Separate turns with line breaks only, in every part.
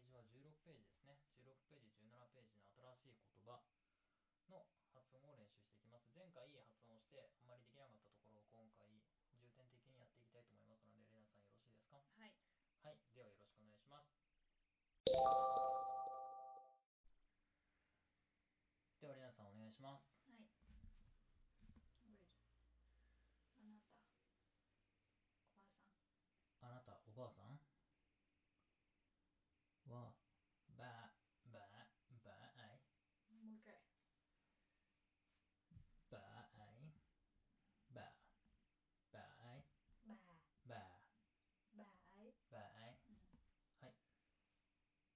ページですね16ページ17ページの新しい言葉の発音を練習していきます前回発音してあんまりできなかったところを今回重点的にやっていきたいと思いますのでレナさんよろしいですか
はい。
はいではよろしくお願いしますではレナさんお願いします
はい。覚える。あなた。おばあさん。
あなたおばあさんはばばばあい
もう一回。
ばあいばばあい
ばあ。
ばば
ばあい。
あいはい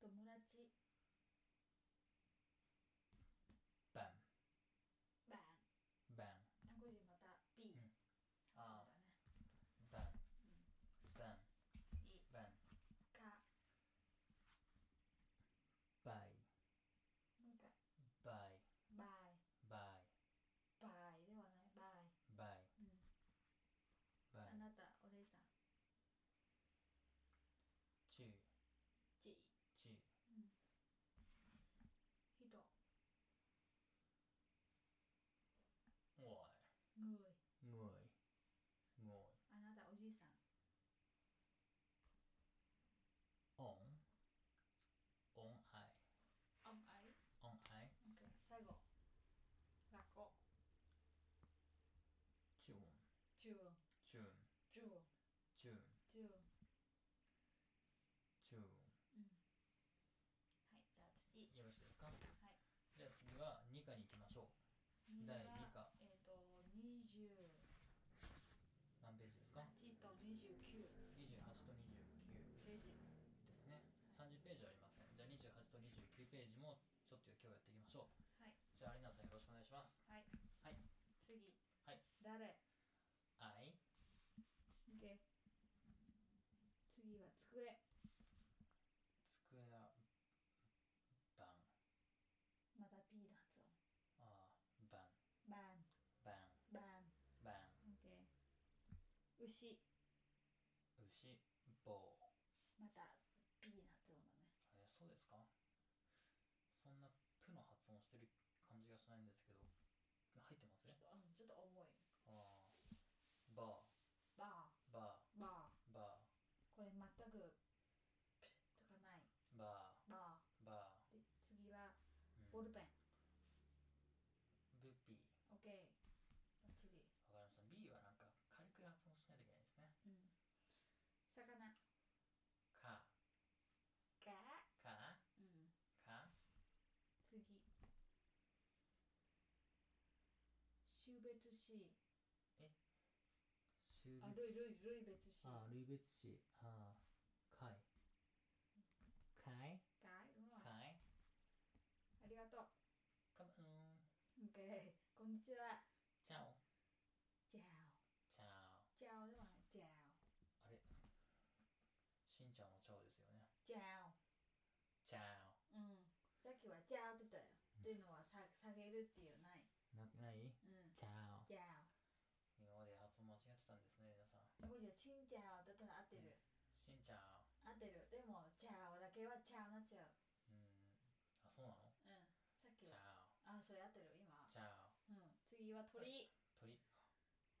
友達。
ばん
ばん。
ばん
単語字また B。
うん
そうだ
ばんば
ね。
ん
次。
ばん
か。
ばい
もう一
ばい
回。ばい。
ばい
ばいではない。ば
ば
い。
い
うん。
ば
あ
い
なた、お姉さん。
ちゅちゅ
ち。うん。人。
お
ぐい。
いごいごい
あなた、おじいさん。
おんおんあい
あんあい。
おんあい
オッケー。最後。学校。
ちゅん
中央。
ちゅん
中央。
ちゅん
中央。
ちゅん
うんはい、じゃあ次。
よろしいですか
はい。
じゃあ次は二課に行きましょ第二
2
課
が。えっ、と、28
う何ページですか
と29
28と29
ページ。
ですね30ページありますねじゃあ28と29ページもちょっと今日やっていきましょ
はい。
うじゃあアリナさんよろしくお願いします
はい。
はい。
次。
はい。
誰
I
?OK。次は机。
机やバン
また P の発音。
あーバン
バン。
バ
バン。
ンバ
OK。牛。
ン牛棒
また P の発音だね。
えーそうですかそんなプの発音してる感じがしないんですけど入ってます
ちょっと、うん、ちょっと重い。
あーバ
バ
ーバ
ー。バ
ーバ
ー。これ全く、プッとかない。
ーバ
バ
ーバ
ー。で、次は、
ー、
ボ
うん
ールペン。
ブッピ
OK。バッチリ。
ーわかりました B はなんか軽く発音しないといけないですね
うん。魚。
か
が。
か
うん。
か
次。種別詞。
終
あ、類類類別詞。
あ類別詞あかいかい
がい。うん。あ
かい
りがと
かぶん
う。OK。こんにちは。
チャオ
じゃ
チャオ
お。じゃおではない。じゃお。
あれしんちゃんのチャオですよね
じゃ
チャ
お。うん。さっきはじゃおって言ったよ。というのはさ下げるっていうない。
オなない
うん。
チャオ
じゃ
今まで発音間違ってたんですね皆さん
お。もしちんじゃおだったら合ってる。
しんちゃ
合ってる。でも、じゃおだけはじゃおなっちゃう。
んうんあそうなの
うん。さっき
チ
は。
ャ
あ、それ合ってる、今
オ。チャオ
うん。次は鳥。
鳥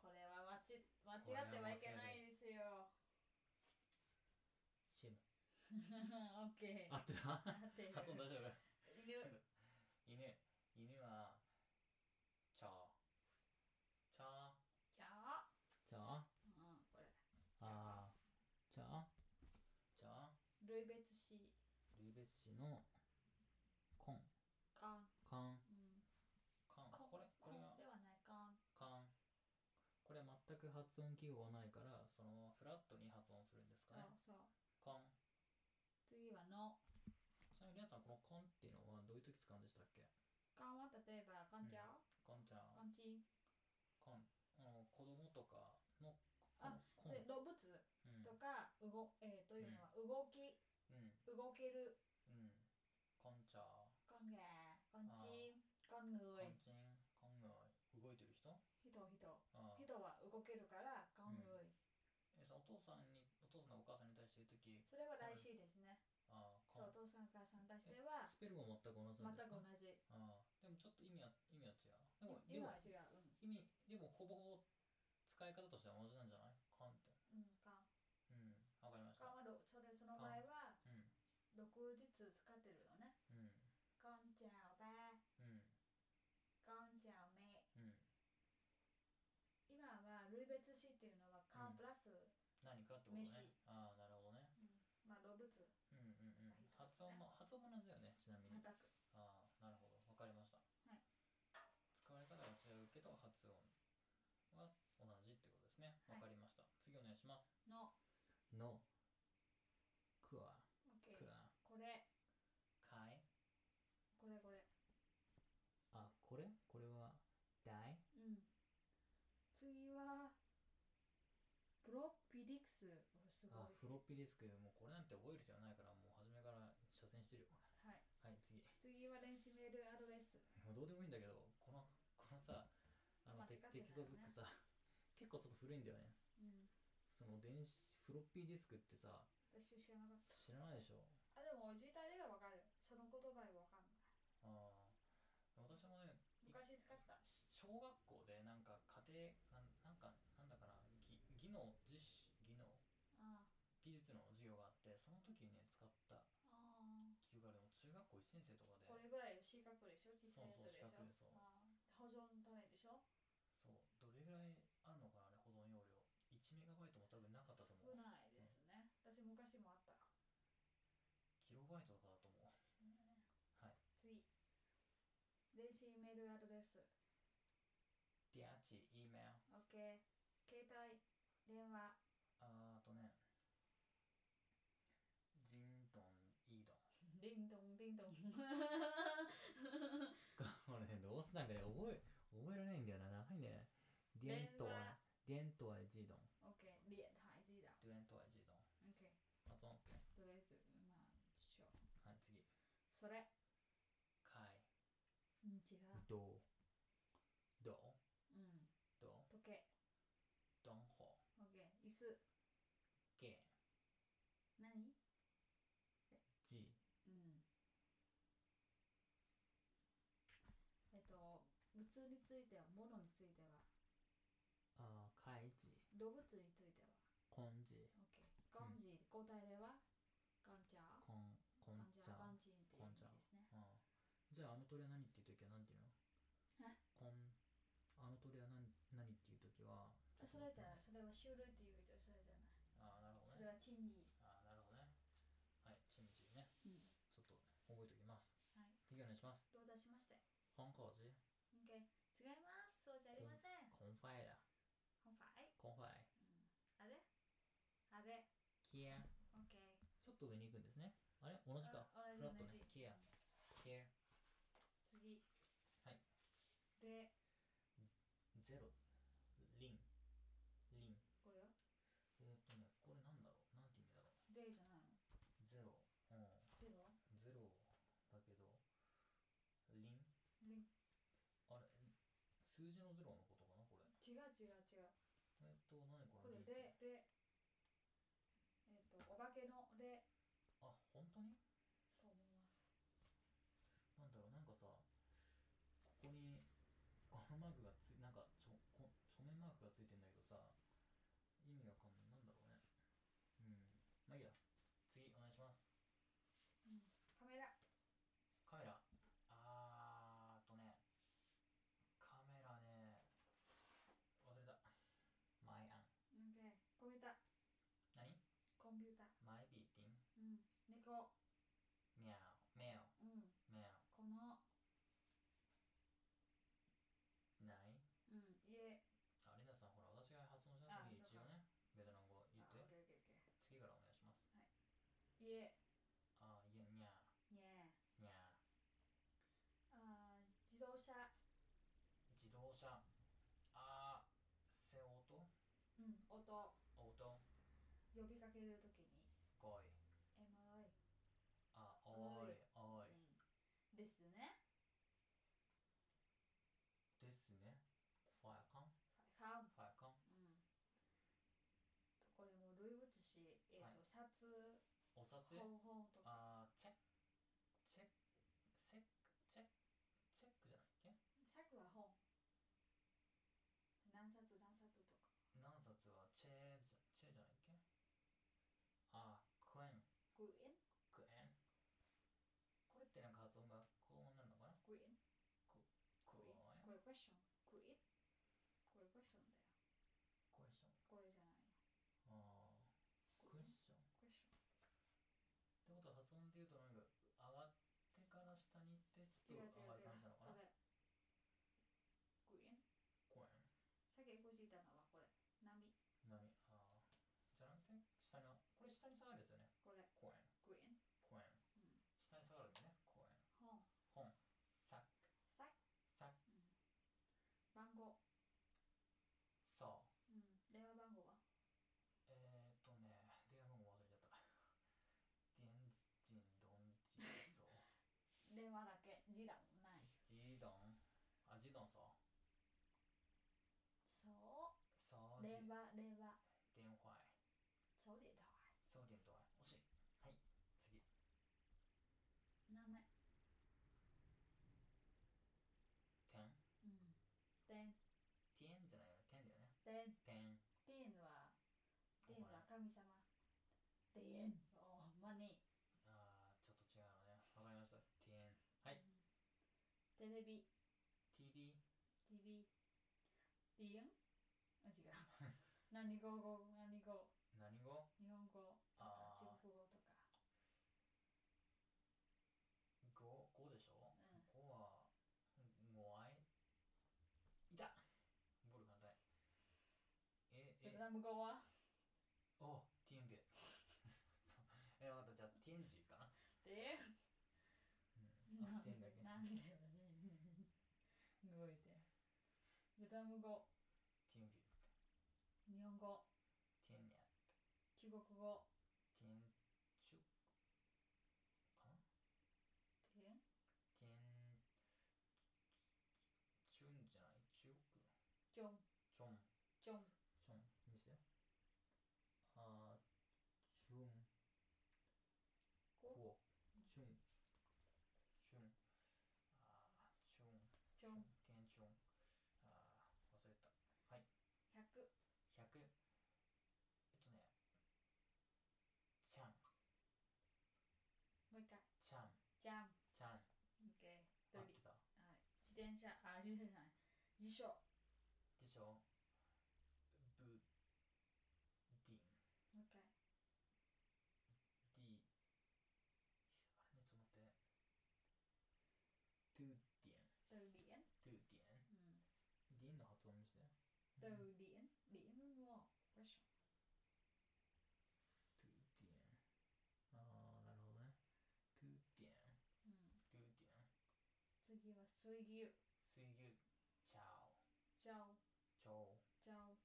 これは間ち間違ってはいけないですよ。
シム
オッ ケ
合
ー。
ってた
合ってる
発音大丈夫
犬。
犬犬はチャオチャオ
じゃあ。
チャオ
うん、これ。
ああ、じゃあ、じゃあ、
類別詞。
類別詞の、コン、
か。
カン、
うん。
カン、
こ
これ、これが
こ、ではないか。
カン。これ全く発音記号はないから、そのままフラットに発音するんです
そ
かね
う。
カン。
そう。次はの。
ちなみに皆さん、このカンっていうのはどういう時使うんでしたっけ
かは例えば、かんちゃん。
カンちゃ
か
ん、
んちん。
カン、あの子供とかの、こ
あ
のコ
で、
ン。
動物
うん
とか、うご、えー、というのは、動き、
うん、
動ける。
うん。カンちゃん、
con gà, con chim,
カ
con
ン
người.
チン、カンが動いてる人
人、人。
ああ
人は動けるから、con
う
người。
えそのお父さんに、お父さんのお母さんに対して言う時
それは来週ですね。
ああー
そ
か
うお父さんお母さんに対しては
スペルも全く同じ
全
なんですか
く同じ
あーでもちょっと意味は意味は違うでもで
今
も
は違ううん
意味でもほぼほぼ使い方としては同じなんじゃないカンって
うんか
うんわかりました
かはろそれその場合は
うん
6日使ってるよね
うん
con chào ba
うん
con chào mẹ
うん
今は類別詞っていうのはカンプラス、
何かってことね
飯
ああなるほどね
うんまあ動物
うんうんうん発音も発音も同じだよねちなみ
全
に
く
ああなるほどわかりました、
はい
使われ方が違うけど発音は同じってことですね
は
わかり
い
ました、次お願いします
の
のくわ
OK
くわ
これ
かい
これこれ
あこれこれはだい
うん次はプロピリクスすご
あ
い
フロッピーディスクもうこれなんて覚える必要ないからもう初めから車線してるよ
はい
はい次
次は電子メールアドレス
もうどうでもいいんだけどこのこのさあの
まあ
テ
使って
テキスト
ない
ブックさ結構ちょっと古いんだよね
うん
その電子フロッピーディスクってさ
私知ら
知らない
なかっ
でしょ
たあでも自体ではわかるその言葉はわかんない
ああ私もね
昔使ってた
小学校でなんか家庭なんなんかなんだかな技技能実習技能
あ
技術の授業があってその時にね使った
あ
記憶があるでも中学校1年生とかで
これぐらい四角でしょ小さいやつでし
そう
ょ
そう四角いそう
あー補助のためでしょ
そうどれぐらいあるのかなあれ保存容量1メガバイトも多分なかったと思う
少ないですね私昔もあった
キロバイトとかだと思うはい
次電子メールアドレス
ディアチ E メール
OK 携帯電 話
あーあとねジンドンイードン
リンドンリンドン
これねどうしなんかね覚え覚えられないんだよな長いんだよねディエント
電
は
話
ディエントはジードン
OK リエはい次だ
ディエントはジードン
OK
発音 OK
とりあえずまあしょう
はい次かい
それうん違う
どうどう
うん
どう
時計
どんほ
OK 椅子
け
何
じ
うんえっと物については物については
あーかいじ
動物については
こんじ
OK 漢字交代ではガンチャー
こんこん
ガンチ
ちゃ
ャーガ
ん
ンチンっていう意味ですね
あーじゃああの鳥は何っていう時は何て言うの
え
こんあの鳥は何何っていう時は
あそれじゃないそれは種類っていう意味でそれじゃない
あーなるほどね
それはチンニ
あーなるほどねはいチンジね
ーうん
ちょっと覚えておきます
はい
次お願いします
どういたしまして
コンコージ
OK 違いますそうじゃありません
コンファイだ
コンファイ
コンファイ
あれあれ
キア
OK
ちょっと上に行くんですねあれ同じか
あ同じ
フラットね
同じ
キアキア
次
はい
で
ゼロリンリン
これは
えーっとねこれなんだろうなんて意味だろう
例じゃないの
ゼロうん
では
ゼロだけどリン
リン
あれ数字のゼロのことかなこれ
違う違う違う
えーっと何こ
こ
れ
れででえっ、とお化けの例
あ本当に
と思います
なんだろうなんかさここにこのマークがついなんかちょこちょめマークがついてんだけどさ意味わかんないなんだろうねうんまあいいや次お願いします
カメラ
カメラあーっとねカメラね忘れたマイアン
なんでコンピュータ
何
コンピュータ
マイビーティン
うん猫
ミャオメオ
うん
メ
こ
オな
の
い
うん家
あレナさんほら私が発音した
あ
時一
そう
応
か
ねベトナム語言って次からお願いしますあーいやニャーニャー自動車あーセオトオート
あオッケーオッケーオッケー家ねあー自動車うん音呼びかけるときに
ゴイ
MI
あおいおい
うんですね
ですねファイカン
カン
ファイカン
うんこれも類物詞えっ、と、
はい
シャツ
お札
ほうほうと
あ
か
ーチェックチェックセックチェックチェックじゃないっけ
さくはほう何冊何冊とか
何冊はチェじゃチェじゃないっけあークエン
グエン
クエンこれってなんか発音がこうなるのかな
グエン
クエン
これクエスチョングエンこれクエスチョンだよ
クエスチョン
これじゃな
あー
いの
クエスチョン
クエスチョン
ってことは発音で言うとなんか上がってから下に行ってちょっ
違
と
う
上
違
が
う
る感
違う
じなの
こ
かな
れグエン
公園
さっきこじいたのはこれ波
波あーじゃなくて下にはこれ下に下がるやつよね
これ
公園公園下に下がるんだよね公園
グエンうん本
本サック
さ
サック
うん番号
そう
うん電話番号は
えーっとね電話番号忘れちゃった 電人ドンジソ
電話だけ字だもんない
ジドンあジドンソ
そ
ソ
う
ジ
電話電話
電話
そうでだわ
ソ電話惜しいはい次
名前
点
うん電
点じゃないよね点だよね
電
点
電は電
ほら
は神様電おマネ
あーちょっと違うのねわかりました点はい
テレビ
TV
TV 電あ違う 何語語何語
何語
日本語と
あ
か
ー
中国語とか
語語でしょ
うん
語は語合いいたボール反対え
ベ
え
トナム語は
おティエ ンビュそうえわかったじゃあティエンジーかな、う
電
ん、あティエンだけ
なんでよ動いてベトナム語
ティエンビュ
日本語
ティエンニャ
中国語
ティエンチュかな
電
ティエンチュンじゃないチュク
ジョン
チョン
ジョン
チョン見せてあーチュン
こ
こうチュンチュンあーチュン
ジョン
ティエンチュンあー忘れた100
百
えっとねちゃん
もう一回
ちゃん
じゃん
ちゃん
オッケー
合っ
ドリ
てた
はい、自転車、あ、自転車じゃない。辞書。
でしょブディン
もう一回。
ディあれねちょっと待ってドゥディエン
ドゥリ
ドゥディエ
エン。
ンディンの発音にして
ド
ドゥ
ゥリ
ディエン
エン。リエンも、よいしょ
ああなるほどねドゥディエンドゥデ
うん、
ィエン
次は水牛。
水牛チャオ
ジャ
チ
オ、
ョウ
ジャオ。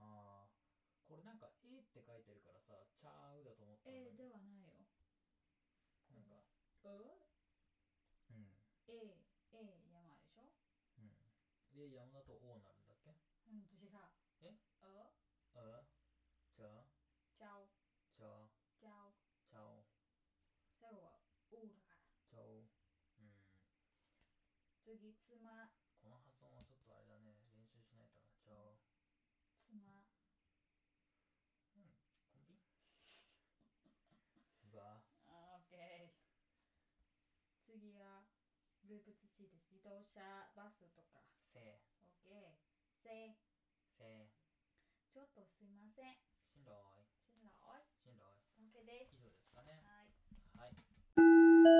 ああこれなんか「え」って書いてるからさ「ちゃう」だと思ったんだけ
え
ど
ではないよ。
なんか
う
うん
え、え、山でしょ
うんで山田と「お」になるんだっけ
うん、違う。
え
う
あじゃあ
ジャオ、
じゃあ
ジャ
ちゃお
オ。最後は、うだから。
ちゃおうん
次、つま、
この発音はちょっとあれだね練習しないとなちゃお
つま、
コンビ バ
あオッケー。次は、ループツシーです。自動車、バスとか。
せ
オッケー。せ
せ
ちょっとすいません。
しんどい
すいません。
しんどい
OK です
以。上ですかね
はい。
はい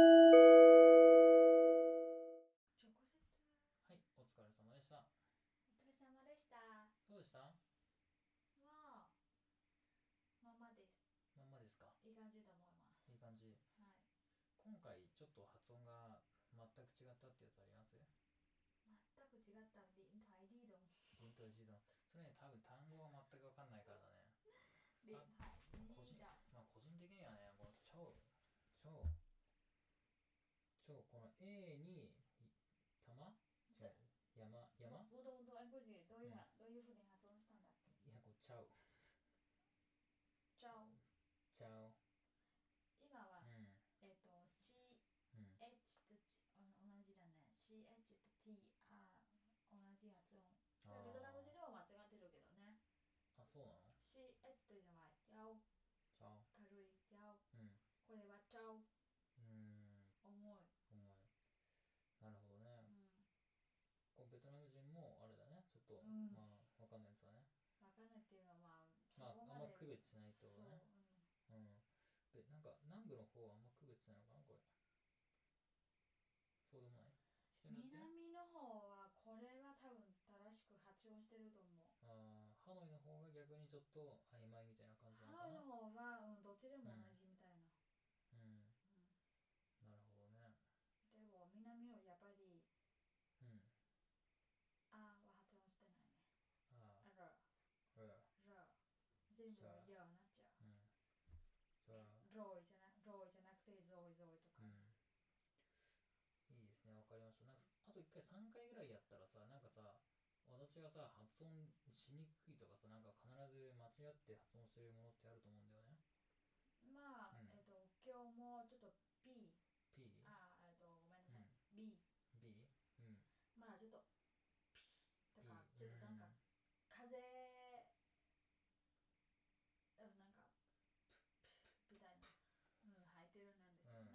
はい
チョコセット
お疲れ様でした
お疲れ様でした。わ
どうでした
あ。まんまです。
まんまですか
いい感じだと思います。
いい感じ
はい。
今回ちょっと発音が全く違ったってやつあります
全く違ったんで、タイリードン。
本当ジードンそれね多分単語が全く分かんないからだね
リンタイ
個人
リーダ
まあ個人的にはねもう超超超この A に玉じゃあ山山
もともと外国人どういう、どういうふうに発音したんだっけ
いやこうちゃう
チャ
ちゃう
オ、
そうなの
し、えっというのは、やお、
ちゃう
軽い、やお。
うんう
これはちゃお、
ーん
重い。
重いなるほど
う
ね
ん。
こうベトナム人もあれだねちょっと、
うん
まあわかんないやつだね
わかんないっていうのは、まあ、そ
まああ
こ
んま
まで。
区別しないって
そう、
こ
う
とね。うん
ん
でなんか南部の方はあんま区別しないのかなこれそうでもない人によって
南の方は、これは多分正しく発音してると思う。
あーハノイの方が逆にちょっと曖昧みたいな感じなの
ハ
か
ロイ
な
の方は、うん、どっちでも同じみたいな。
うん
うん
なるほどね
でも南はやっぱ
う
り
ん
「あ」は発音してないね。
あ
あ
あ
ら、
うん
ら、全部「や」になっちゃう。
うんじゃあ
ロイじゃなロイじゃなくてゾイゾイとか。
うん、いいですね、わかりました。なんかあと1回、3回ぐらいやったらさ、なんかさ、私がさ、発音しにくいとかさ、なんか必ず間違って発音してるものってあると思うんだよね。
まあ、
うん
えっと、今日もちょっと B、
P、
あ、えっと、ごめんな
う
さい、
ん、
B、
B、うん、
まあちょっと P と
P、
か、ちょっと
うん、
なんか風、あとなんか、プップッみたいな、うん、入ってるなんですよね。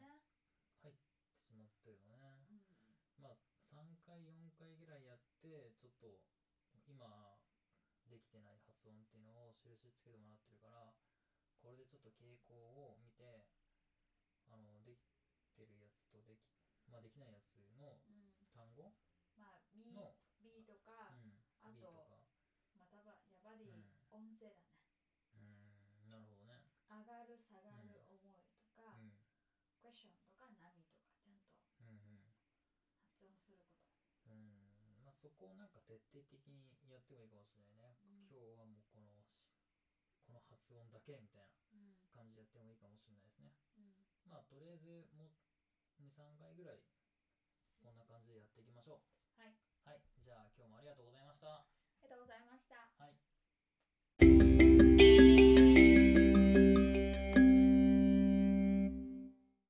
入ってしまってるのね。
うん、
まあ、3回、4回ぐらいやって、ちょっと今、できてない発音っていうのを印つけてもらってるから、これでちょっと傾向を見て、あの、できてるやつとでき、まあ、できないやつの
うん、
単語
まあ、B、
の、
B と
う
か、
ん、
あ
B とか。
またばやっぱり
うん
音声だね。
うーん、なるほどね。
上がる、下がる、思いと
う
か、
ん、
クエスチョンとか、波とか、ちゃんと
うん、うん。
発音すること。
うん、まあ、そこをなんか徹底的にやってもいいかもしれないね。
うん
今日はもうこのし、この発音だけみたいな
うん、
感じでやってもいいかもしれないですね。
うん、
まあ、とりあえず、もう2、3回ぐらい、こんな感じでやっていきましょう。
はい。
はい、じゃあ今日もありがとうございました。
ありがとうございました。
はい。